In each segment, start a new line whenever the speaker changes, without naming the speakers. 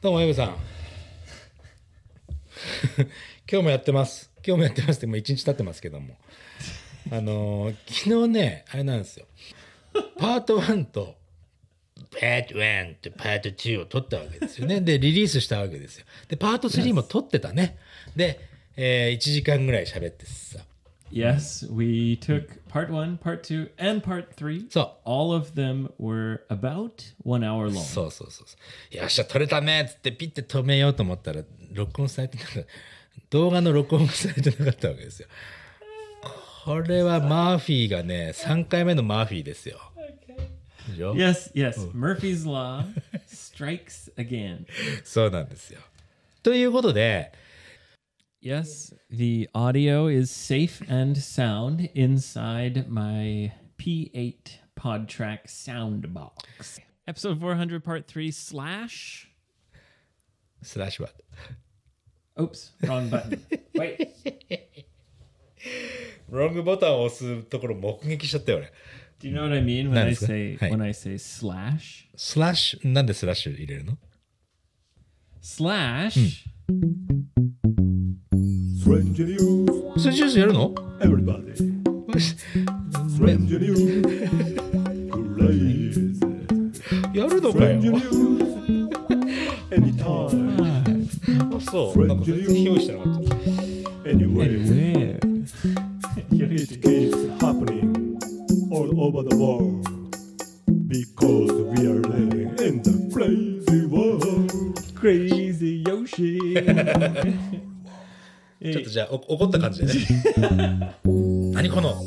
どうも、エブさん。 今日もやってます。今日もやってますって、もう一日経ってますけども。あのー昨日ね、あれなんですよ。パート1と、パート1とパート2を撮ったわけですよね。で、リリースしたわけですよ。で、パート3も撮ってたね。で、え1時間ぐらい喋ってさ。
Yes, we took part one, part two, and part three.
そう。
All of them were about one hour long.
そうそうそうそう。よっしゃ、撮れたねっつってピッて止めようと思ったら、録音されてなかった。動画の録音がされてなかったわけですよ。これはマーフィーがね、3回目のマーフィーですよ。でしょ
Yes, yes. Murphy's Law strikes again.
そうなんですよ。ということで、
Yes, the audio is safe and sound inside my P8 PodTrack sound box. Episode 400, part three, slash.
スラッシュバット。
Oops, wrong button. Wait.
ロングボタンを押すところ目撃しちゃったよ、俺。
Do you know what I mean when I
Nice.
say
Hey.
when I say slash?
スラッシュ、なんでスラッシュ入れるの
Slash
French news,
それジュースやるの
everybody.
よし
French news, crazy.
やるのか
French
よ。
news, anytime,
あそう。なんか全然用意してなかった。
anywhere.
Where?
It keeps happening all over the world because we are living in the crazy world.
Crazy Yoshi.
ちょっとじゃあお怒った感じでね何この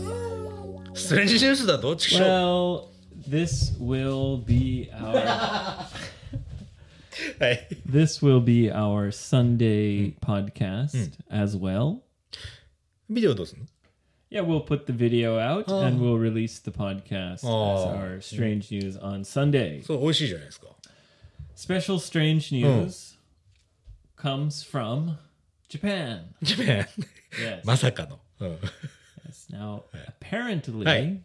ストレンジニュースだどっちくしょう
well, this will be our
はい
this will be our Sunday podcast as well.
ビデオどうすんの
Yeah, we'll put the video out and we'll release the podcast as
Oh.
our strange news on Sunday.
そう美味しいじゃないですか
Special strange news comes from Japan.
ジメ
Yes.
まさかの、うん、
Yes. Now, apparently,
Hey.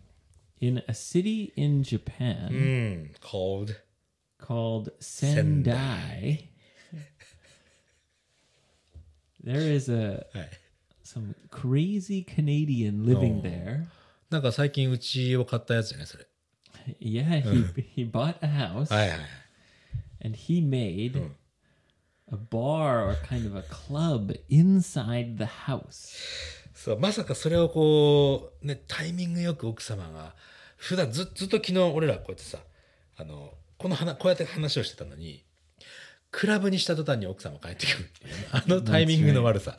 in a city in Japan
うん cold
called Sendai, there is a
はい
some crazy Canadian living there.
なんか最近うちを買ったやつじゃないそれ
Yeah, he, he bought a house
はいはい
and he made a bar or kind of a club inside the house.
そうまさかそれをこうねタイミングよく奥様が普段ずずっと昨日俺らこうやってさあのこの話こうやって話をしてたのにクラブにした途端に奥様帰ってくるっていうねあのタイミングの悪さ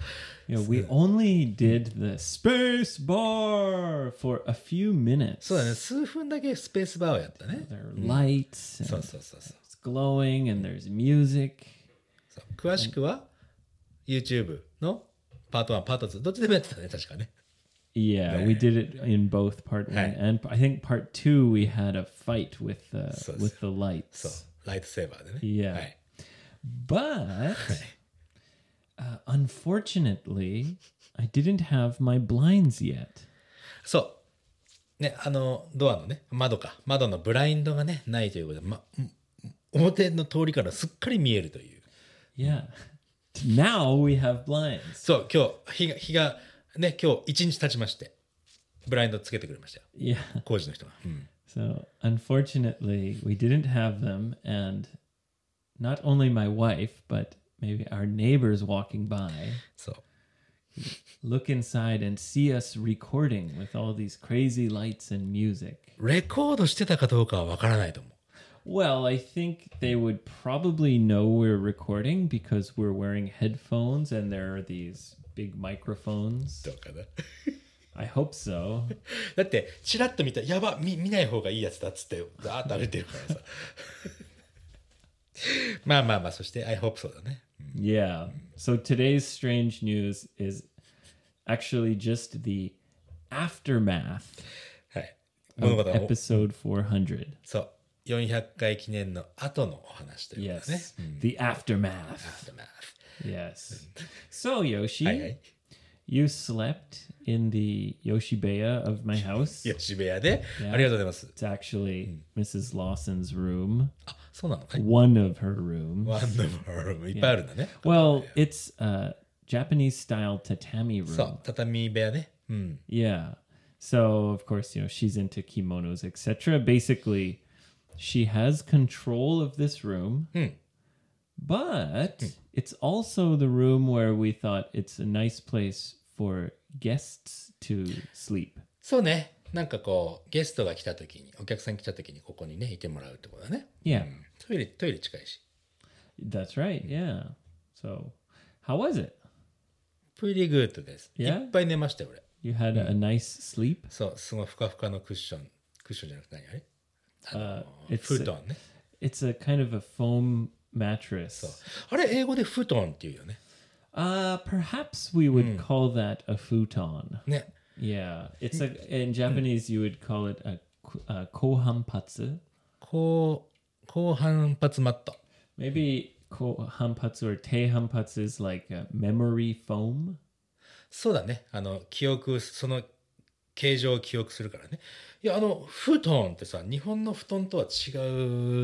You know, we only did the space bar for a few minutes.
そうだね数分だけスペースバーをやったね
There are lights
そう
and
そうそうそう
it's glowing and there's music.
そう詳しくは YouTube のパート1パート2どっちでもやってたね確かね
Yeah, we did it in both part one
Right.
and I think part two. We had a fight with the
So-
with the
そう
lights,
ライトセーバーでね
Yeah.
はい、
but uh, unfortunately, I didn't have my blinds yet.
そうねあのドアのね窓か窓のブラインドがねないということで、ま、うん表の通りからすっかり見えるという
Yeah, now we have blinds.
そう今日日が日がね今日一日経ちましてブラインドつけてくれましたよ
Yeah,
工事の人が、うん、
so unfortunately, we didn't have them, and not only my wife, but maybe our neighbors walking by.
そう
look inside and see us recording with all these crazy lights and music.
レコードしてたかどうかは分からないと思う
Well, I think they would probably know we're recording because we're wearing headphones and there are these big microphones.
どうかな
I hope so.
だってチラッと見たらやば見見ない方がいいやつだっつってダーッと歩いてる からさまあまあまあそして I hope so だね
Yeah. So today's strange news is actually just the aftermath
はい物
of
事がお
episode 400.
そう400回記念の後のお話ということね
Yes. The aftermath.
Aftermath
Yes. So, Yoshi.
はいはい
You slept in the Yoshibeya of my house.
吉部屋で
Yeah.
ありがとうございます
It's actually Mrs. Lawson's room.
あそうなのかい
one of her rooms.
One of her いっぱいあるんだね。
Well, it's a Japanese style tatami room.
そう、畳部屋ね。うん。
Yeah. So, of course, you know, she's into kimonos, etc. Basically, she has control of this room. But it's also the room where we thought it's a nice place for guests to sleep.
そうね。なんかこう、ゲストが来た時に、お客さん来た時にここにね、いてもらうってことだね。
Yeah.
うんトイレ、トイレ近いし。
That's right. Yeah. So, how was it?
Pretty good です。い
Yeah?
っぱい寝ましたよ、俺。
You had a nice sleep?
そう、すごいふかふかのクッション。クッションじゃなくて何あれ
Uh,
布団ね。
It's a kind of a foam mattress.
あれ、英語で布団っていうよね。
Uh, perhaps we would call that a futon.
ね。
Yeah, it's a in Japanese you would call it a, k- a kohanpatsu.
こう、高反発マット。
Maybe kohanpatsu or teihanpatsu is like a memory foam.
そうだね。あの、記憶、その形状を記憶するからね。いや、あの、布団ってさ、日本の布団とは違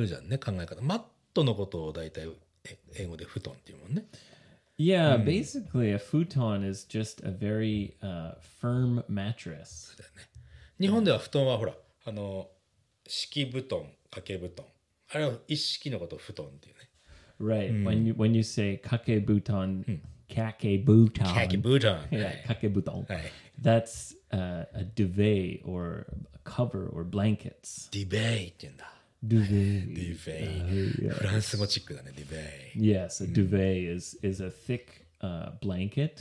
うじゃんね、考え方。マットのことを大体、え英語で布団っていうもんね。
Yeah, basically a futon is just a very uh, firm mattress.
日本では布団はほら、あの、敷布団、掛け布団。あれは一式のことを布団っていうね。
Right. When you when you say kake buton, kake buton.
掛け布団。
Yeah, kake buton.
Right.
That's uh, a duvet or a cover or blankets.
ディベイって言うんだ。
Duvet.
ディベイ。フランス語チックだね、ディベイ。
Yes, a duvet is is a thick uh, blanket.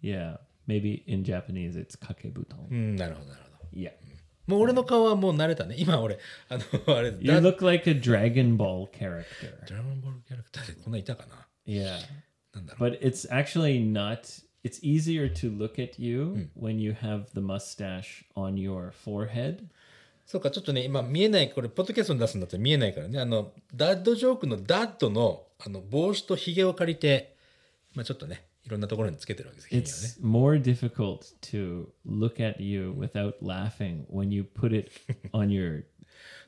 Yeah, maybe in Japanese it's kakebuton.
うん、なるほど、なるほど。
Yeah,
もう俺の顔はもう慣れたね。今俺、あの、あれ、
you look like a Dragon Ball character.
ドラゴンボールキャラクターでこんないたかな
Yeah,
なんだろ
but it's actually not. It's easier to look at you when you have the mustache on your forehead.
うそうかちょっとね今見えないこれポッドキャストに出すんだったら見えないからねあのダッドジョークのダッドのあの帽子とひげを借りてまあちょっとねいろんなところにつけてるわけですひげをね
It's more difficult to look at you without laughing when you put it on your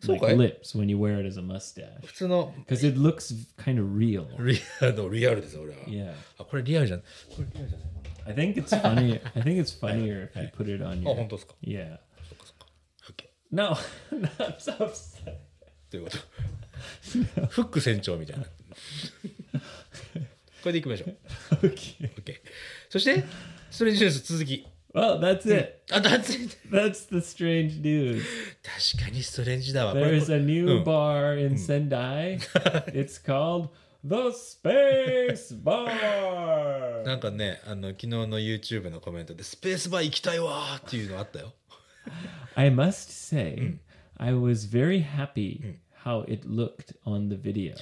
like,
Okay.
lips when you wear it as a mustache
普通の
because it looks kind of real.
リアルリアルです俺は
Yeah.
あこれリアルじゃんこれリアルじゃない
I think it's funny. I think it's funnier if you put it on
あ本
your.
当ですか
Yeah.
そっかそっか OK
No, not so upset.
ということ フック船長みたいなこ れでいきましょう
Okay.
OK そしてストレンジニュース続き
Well, that's it.
あだついて
That's the strange news.
確かにストレンジだわこれ
There is a new
うん
bar in Sendai. It's called the Space Bar.
なんかね、あの昨日の YouTube のコメントでスペースバー行きたいわーっていうのあったよ。
I must say, I was very happy how it looked on the video.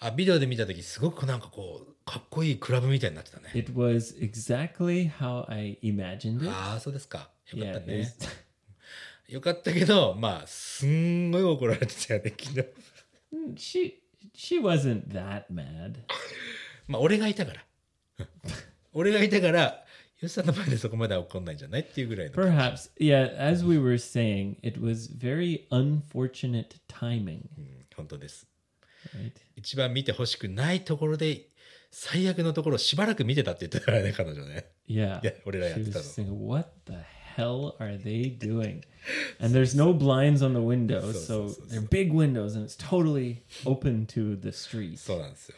あ、ビデオで見た時すごくなんかこうかっこいいクラブみたいになってたね。
It was exactly how I imagined it.
ああ、そうですか。よか
Yeah,
った
it
ね。
was-
よかったけど、まあすんごい怒られてたよね 昨日。
she she wasn't that mad.
まあ俺がいたから。 俺がいたから、ヨシさんの前でそこまでは怒んないんじゃないっていうぐらいの。
Perhaps, yeah, as we were saying, it was very unfortunate timing,
うん本当です。
right?
一番見てほしくないところで最悪のところをしばらく見てたって言ってたからね彼女ね。
Yeah.
Yeah, 俺らやってたの。
she was just saying, what the hell are they doing? And there's no blinds on the windows, so, they're big windows and it's totally open to the street.
そうなんですよ。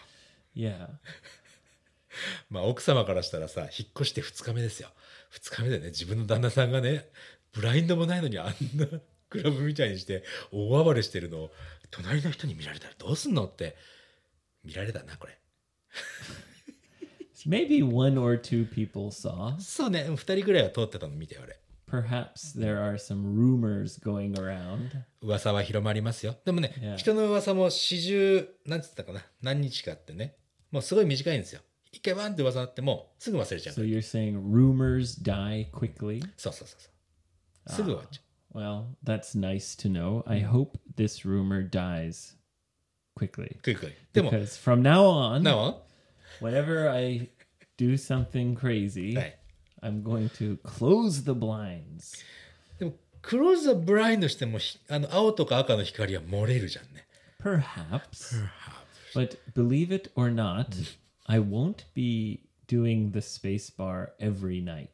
Yeah.
まあ奥様からしたらさ、引っ越して2日目ですよ。2日目でね、自分の旦那さんがね、ブラインドもないのにあんな クラブみたいにして大暴れしてるのを隣の人に見られたらどうすんのって見られたな、これ。
Maybe one or two people saw.
そうね、2人ぐらいは通ってたの見て俺。
Perhaps there are some rumors going around.
噂は広まりますよ。でもね、
Yeah.
人の噂も四十、なんつったかな、何日かあってね、もうすごい短いんですよ。一回バンって噂あってもうすぐ忘れちゃう
So。you're saying rumors die quickly?
そうそうそうそう。すぐ終わっちゃう。
Well, that's nice to know. I hope this rumor dies quickly.
クイクイ。でも、
because from now on,
なお
whenever I do something crazy,
はい。
I'm going to close the blinds.
でも、クローズ・ザ・ブラインドしてもひ、あの、青とか赤の光は漏れるじゃんね。
Perhaps. But believe it or not, I won't be doing the space bar every night.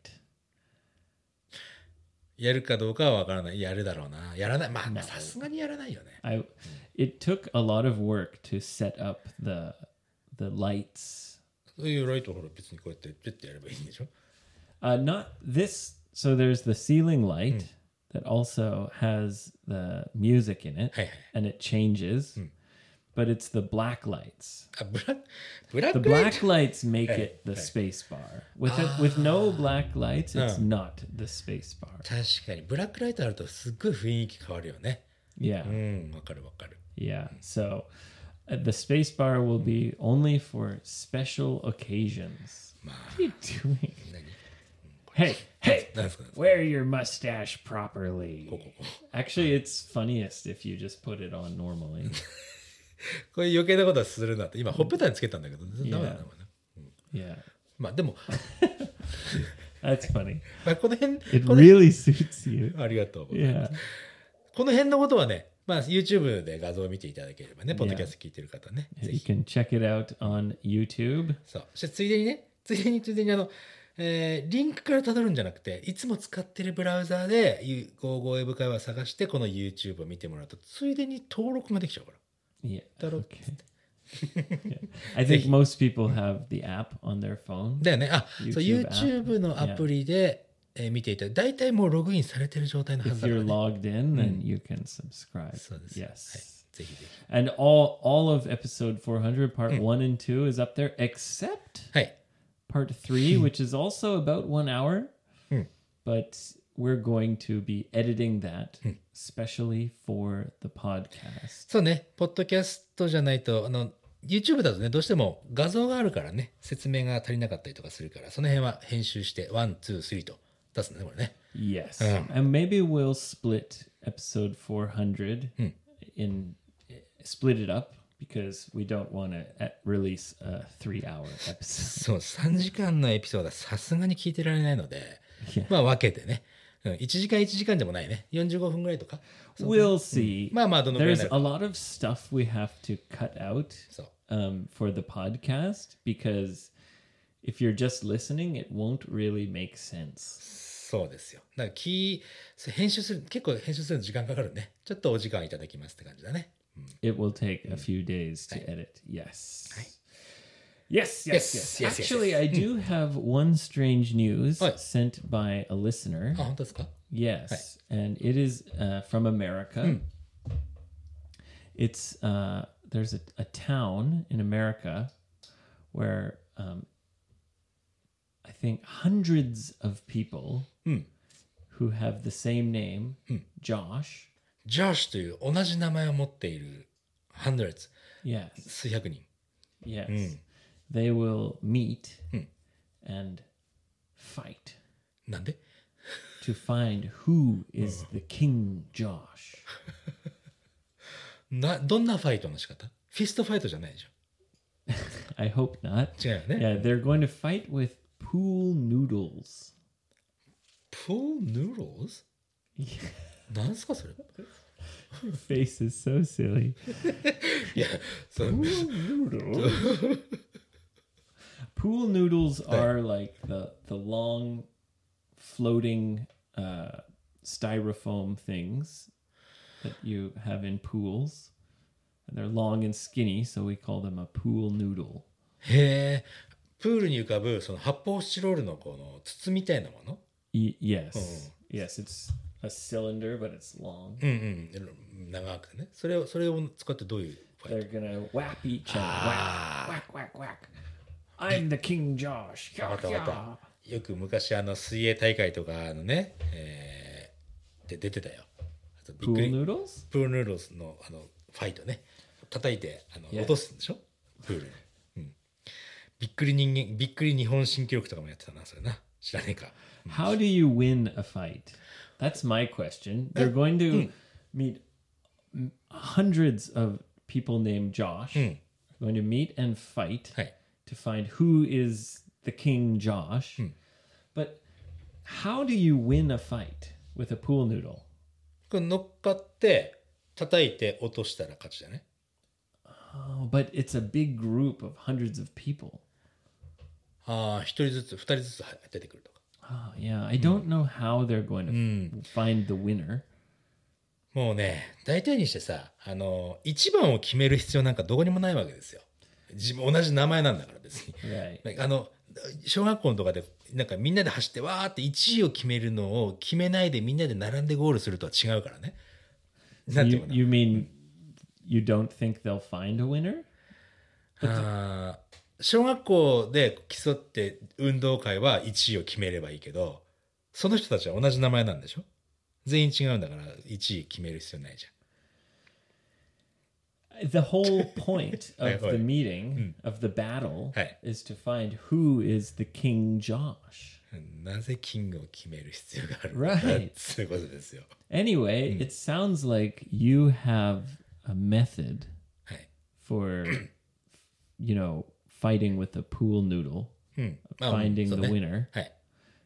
やるかどうかは分からない。やるだろうな。やらない。まあ、さすがにやらないよね。
I it took a lot of work to set up the the lights.
そういうライトほら別にこうやってピュッてやればいいんでしょ
Uh not this so there's the ceiling light
Hmm.
that also has the music in it
Hey, Hmm. hey.
and it changes. But it's the black lights.
あ、ブラック、ブラッ
The
クライ
black
ト
lights make it the space bar. With it, with no black lights, it's not the space bar.
確かに、ブラックライトあるとすっごい雰囲気変わるよね。
Yeah,
うん、わかるわかる。
yeah. So uh, the space bar will be only for special occasions. What are you doing? Hey, hey,
なんですかね
wear your mustache properly.
ここ
Actually, it's funniest if you just put it on normally.
これ余計なことはするなって。今、ほっぺたにつけたんだけど、ダメだな。
Yeah.
これね
Yeah,
まあでも、
that's funny.
まあ、この辺、
It
この
really suits you.
ありがとうございます
Yeah.
この辺のことはね、まあ、YouTube で画像を見ていただければね、ポッドキャスト聞いてる方ね、ぜ
You
ひ。
can check it out on YouTube.
そう。そしてついでにね、ついでについでにあの、えーリンクからたどるんじゃなくて、いつも使ってるブラウザーで、ゆ55英語会話探して、この YouTube を見てもらうと、ついでに登録もできちゃうから。
Yeah.
That'll-
Okay. yeah. I think most people have the app on their phone.
だよね。あ、そう、
YouTube アップ
YouTube のアプリで、えー見ていただいて、大体もうログインされてる状態のは
If
ずだか
you're
ら、ね。
logged in, then you can subscribe.
そうです。はい
Yes.。
ぜひぜひ。
And all all of episode 400, part one and two, is up there, except
はい。
part three, which is also about one hour. But we're going to be editing that specially for the podcast.
そうね、ポッドキャストじゃないと、あの、YouTube だとね、どうしても画像があるからね、説明が足りなかったりとかするから、その辺は編集して、ワン、ツー、スリーと出すんだね、これね。
Yes. Um, And maybe we'll split episode 400 in split it up because we don't want to release a 3 hour episode.
そう、3時間のエピソードはさすがに聞いてられないので、まあ分けてね、うん、1時間1時間でもないね、45分ぐらいとか。
We'll see.
まあまあ、どのぐらいに
There's
なる
a
か。
lot of stuff we have to cut out
そう。
um, for the podcast because if you're just listening, it won't really make sense.
そうですよ。だからき、編集する、結構編集するの時間かかるね。ちょっとお時間いただきますって感じだね。
It will take a few days to edit. Yes.
Yes,
Yes, yes, yes.
yes, yes,
Actually, I do have one strange news
Oi.
sent by a listener.
あ、本当ですか
Yes, and it is uh, from America. It's uh, there's a, a town in America where um, I think hundreds of people who have the same name, Josh.
ジョシュという同じ名前を持っている hundreds、
Yes,
数百人。
yes, they will meet and fight
なんで
to find who is the King Josh.
な、どんなファイトの仕方フィストファイトじゃないでしょ
I hope not.
違うよね。
Yeah, they're going to fight with pool noodles.
プーヌーローズなんすかそれ
Your face is so silly.
いや、それ
Pool noodles. pool noodles are like the the long floating uh, styrofoam things that you have in pools. And they're long and skinny, so we call them a pool noodle.
へえ、プールに浮かぶその発泡スチロールのこの筒みたいなもの
Y- yes. Yes, it's a cylinder, but it's long.
うんうん、長くてね。それを、それを使ってどういうファイ
They're gonna whap each other. Whack, whack, whack, whack. I'm the King Josh.
ト
Yah,
わかったわ
yah.
かった。よく昔あの水泳大会とかのね、えー、で出てたよ。あとびっ
Pool
くり。
noodles?
プールヌードルスのあのファイトね叩いてあの
Yeah.
落とすんでしょプールに、うん、びっくり人間びっくり日本新記録とかもやってたなそれな知らねえか
How do you win a fight? That's my question. They're going to meet m- hundreds of people named Josh. They're going to meet and fight
はい
to find who is the King Josh. But how do you win a fight with a pool noodle?
これ乗っかって叩いて落としたら勝ちだね
Oh, but it's a big group of hundreds of people.
ああ、一人ずつ、二人ずつ出てくるとか。
Oh, yeah. I don't know how they're going to find the winner.
もうね、大体にしてさ、あの、一番を決める必要なんかどこにもないわけですよ。自分、同じ名前なんだから別に。
Right.
あの、小学校とかで、なんかみんなで走ってわーって1位を決めるのを決めないでみんなで並んでゴールするとは違うからね。なんていうか
You,
な。
you mean you don't think they'll find a winner?
あー小学校で競って運動会は1位を決めればいいけどその人たちは同じ名前なんでしょ全員違うんだから1位決める必要ないじ
The whole point of
Right.
the meeting, of the battle,
Hey.
is to find who is the King Josh.
ゃんなぜキングを決める必要がある
Right.
そういうことですよ
Anyway, it sounds like you have a method
はい
for, you know, fighting with a pool noodle,
うんまあ
finding
そ
the
うね
winner.
はい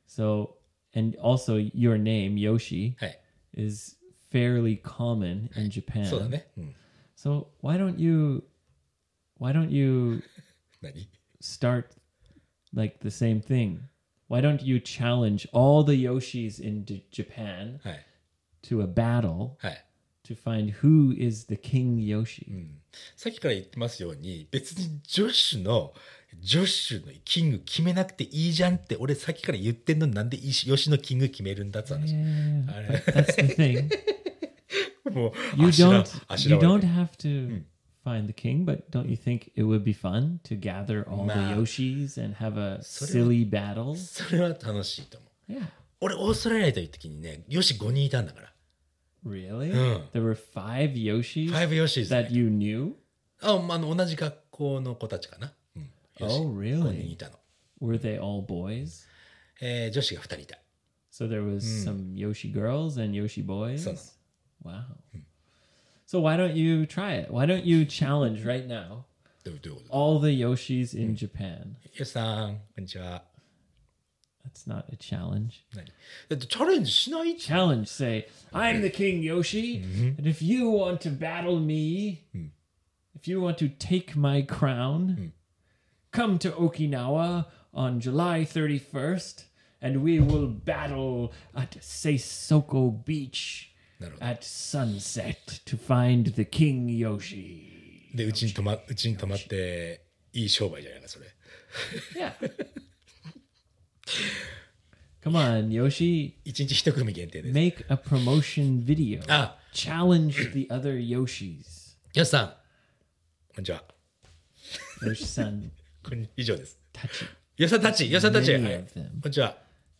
So, and also your name, Yoshi,
はい
is fairly common in Japan.
そうだねうん
So why don't you why don't you
何
start like the same thing? Why don't you challenge all the Yoshis in D- Japan
はい
to a battle
はい
to find who is the King Yoshi?
さっきから言ってますように別にジョッシュのジョッシュのキング決めなくていいじゃんって俺さっきから言ってんのになんで吉のキング決めるんだって話
Yeah, but that's the thing.
もう
You
あしら
don't
あしら
you
われてる
don't have to find the king, but don't you think it would be fun to gather all the
Ma.
Yoshis and have a
それは-
silly battle?
それは楽しいと思う
Yeah.
俺オーストラリアに行った時にねヨシ5人いたんだから
Really?
Mm.
There were five Yoshis
5ヨシーズ、
that
ね、
you knew?
あまああの同じ学校の子たちかな、うん、ヨシ
Oh,
5人
really?
いたの、
Were they all boys?
えー、女子が2人いた
So there was some Yoshi girls and Yoshi boys.
So-
Wow. So why don't you try it? Why don't you challenge right now
どうどういうこと
all the Yoshis in Japan?
ヨシさんこんにちは
That's not a challenge.
何だってチャレンジしないじゃん
Challenge say, "I'm the king Yoshi, and if you want to battle me, if you want to take my crown, come to Okinawa on July 31st and we will battle at Seisoko Beach."
なるほど
at sunset to find the King Yoshi.
でうちに泊まうちに泊まっていい商売じゃないかそれ
Yeah. Come on, Yoshi.
1日1組限定です
Make a promotion video.
あ
Challenge the other Yoshis.
ヨシさんこんにちは
Yoshi san,
こんに以上です
Tachi.
ヨシさんたちヨシさんたち、は
Many
い、
of them.
こんにちは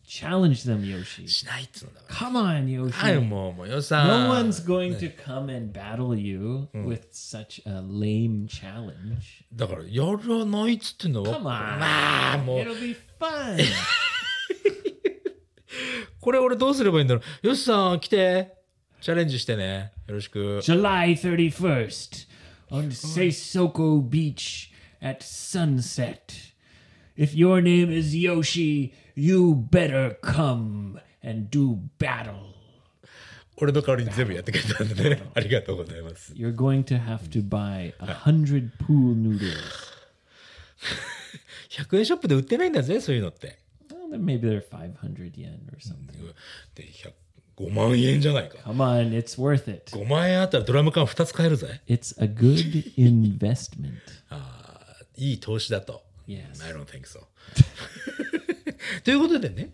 Challenge them, Yoshi.
しないっつうのだから
Come on,
はい
Yoshi.
もうもうヨシさん
No one's going to come and battle you with such a lame challenge.
だからやらないっつってんのは
Come on.
まあもう
It'll be fun.
これ俺どうすればいいんだろうよしさん来てチャレンジしてねよろしく
July 31st on Seisoko Beach at sunset. If your name is Yoshi, you better come and do battle.
俺の代わりに全部やってくれたんでねありがとうございます
You're going to have to buy a hundred pool noodles.
100円ショップで売ってないんだぜそういうのって、
Well, then maybe they're 500 yen or
Mm.
something.
で100 5万円じゃないか
Come on, it's worth it.
5万円あったらドラム缶2つ買えるぜ
It's a good investment.
あーいい投資だと
Yes.
I don't think so ということでね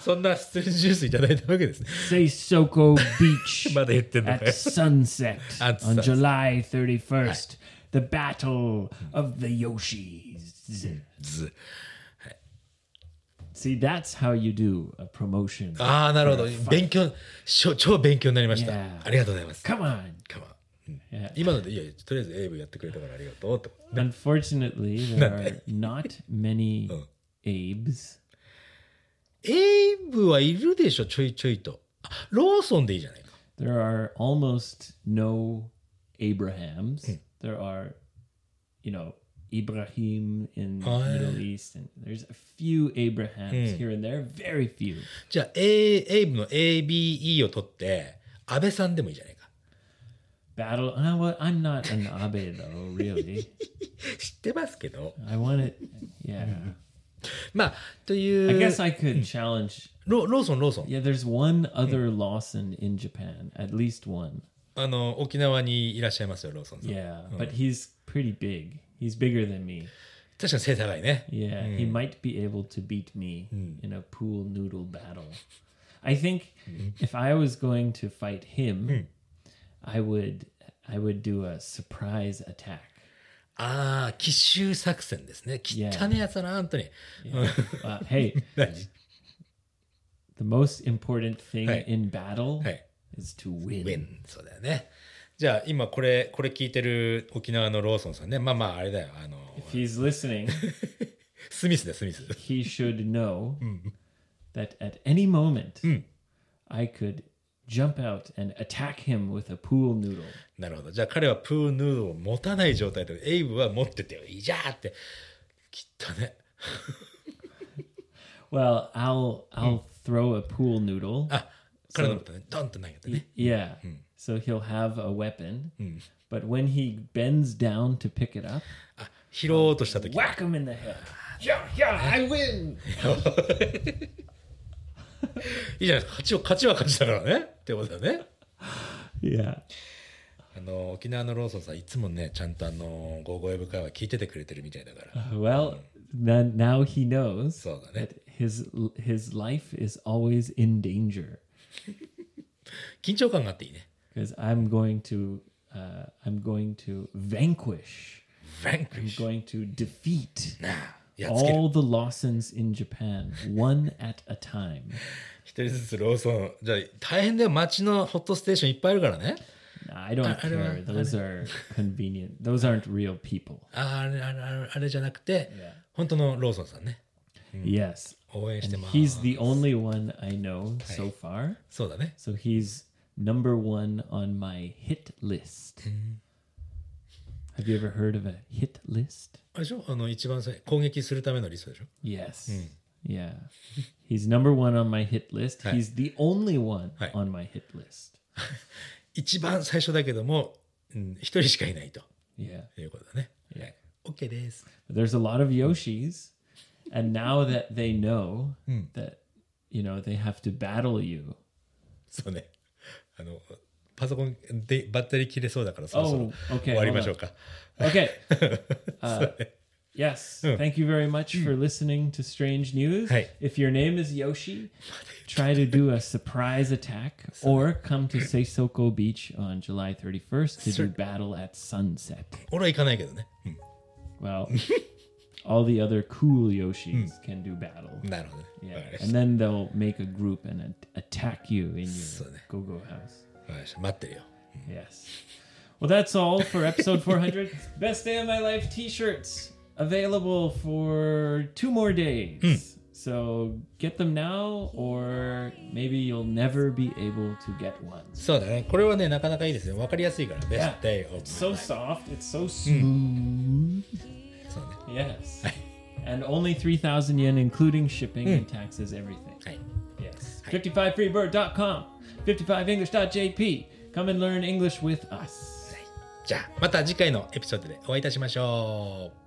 そんなステージジュースいただいたわけですね
Seisoko Beach
まだ言ってんのかよ
at sunset
At
on
sunset.
July 31st. The Battle of the Yoshis.
ず
See, that's how you do a promotion.
ああなるほど勉強しょ超勉強になりました、
Yeah.
ありがとうございます
Come on.
Come on
や
今のでいやとりあえず英語やってくれたからありがとうってこと
Unfortunately, there are not many Abe's.
エイブはいるでしょちょいちょいとあローソンでいいじゃないか
There are almost no Abrahams.
Hmm.
There are, you know, Ibrahim in the
Oh, yeah. Hmm.
Middle East, and there's a few Abrahams here and there, very few.
じゃあ、A、エイブの ABE を取って安倍さんでもいいじゃないか
Battle. Uh, well, I'm not an abe though, really.
知ってますけど。
I want it. Yeah.
Hmm. まあ、と
I
いう、
guess I could challenge.
ロローソン、ローソン。
Yeah, there's
Hmm.
one other Lawson in Japan, at least one.
あの、沖縄にいらっしゃいますよ、ローソンさん。
Yeah, but he's pretty big. He's bigger than me.
確かに背高いね。
Yeah, he
Hmm.
might be able to beat me in a pool noodle battle. I think
Hmm.
if I was going to fight him, I would I would do a surprise attack.
ああ、奇襲作戦ですね。汚ねやつだな、本当に。
Uh, hey,
何
the most important thing
Hey.
in battle
Hey.
is to win.
ウィン、そうだよね。じゃあ、今これ、これ聞いてる沖縄のローソンさんね。まあまあ、あれだよ。あの、
If he's listening,
スミスだよ、スミス。
he should know
Hmm.
that at any moment I could jump out and attack him with a pool noodle.
なるほど。じゃあ、彼はプーヌードルを持たない状態で、エイブは持っててよ。いいじゃーって。汚ね。
Well, I'll I'll throw a pool noodle.
あ、 彼のことね、ドンと投げてね。
Yeah. So he'll have a weapon, but when he bends down to pick it up,
あ、拾おうとした時
whack him in the head.
Yeah, yeah, I win.
いいじゃないですか。勝ちを、勝ちは勝ちだからね。ってことだよね。
Yeah.
あの、沖縄のローソンさん、いつもね、ちゃんとあの、ゴーゴーエブ会は聞いててくれてるみたいだから。
Well, then now he knows
そうだね
that。his eh? his life is always in danger
緊張感があっていいね。
because I'm going to uh, I'm going to vanquish.
フランクリッ
I'm
シュ
going to defeat
やっつける。
all the Lawsons in Japan one at a time.
一人ずつローソン。じゃあ、大変だよ。街のホットステーションいっぱいあるからね。
I don't
I don't
care.
know.
Those are convenient. Those aren't real people.
ああれ、あれ、あれあれじゃなくて、本当のローソンさんね。
Yes.
応援してます。
He's the only one I know so far.
そうだね。
So he's number one on my hit list. Have you ever heard of a hit list?
あれでしょあの、一番最攻撃するためのリストでしょ
Yes. Yeah. He's number one on my hit list. He's the only one
Hi.
on my hit list.
一番最初だけども、うん、一人しかいないと
Yeah.
いうことだね。はい。OK です。
there's a lot of Yoshis, and now that they know that you know they have to battle you.
そうね。あの、パソコンでバッテリー切れそうだから、そろそろ
Oh, okay.
終わりましょうか。
Okay. Uh, yes. Thank you very much for listening to Strange News.
Hey.
If your name is Yoshi, try to do a surprise attack or come to Seisoko Beach on July 31st to do battle at sunset.
俺は行かないけどね。うん
Well, all the other cool Yoshis can do battle.
なるほどね。
Yeah.
わかりまし
And then they'll make a group and a- attack you in your
Sone.
go go house.
たわかりました。待ってるよ。
Yes. Well, that's all for episode 400. Best Day of My Life t shirts available for two more days. So get them now, or maybe you'll never be able to get one.
そうだね。これはね、なかなかいいですね。わかりやすいから。ベス
Yeah.
トデイオブ。
It's
そう
so soft, it's so
ね。
smooth. Yes. And only 3,000 yen, including shipping and taxes, everything.
はい。
Yes. 55freebird.com, 55english.jp. Come and learn English with us.
じゃあ、また次回のエピソードでお会いいたしましょう。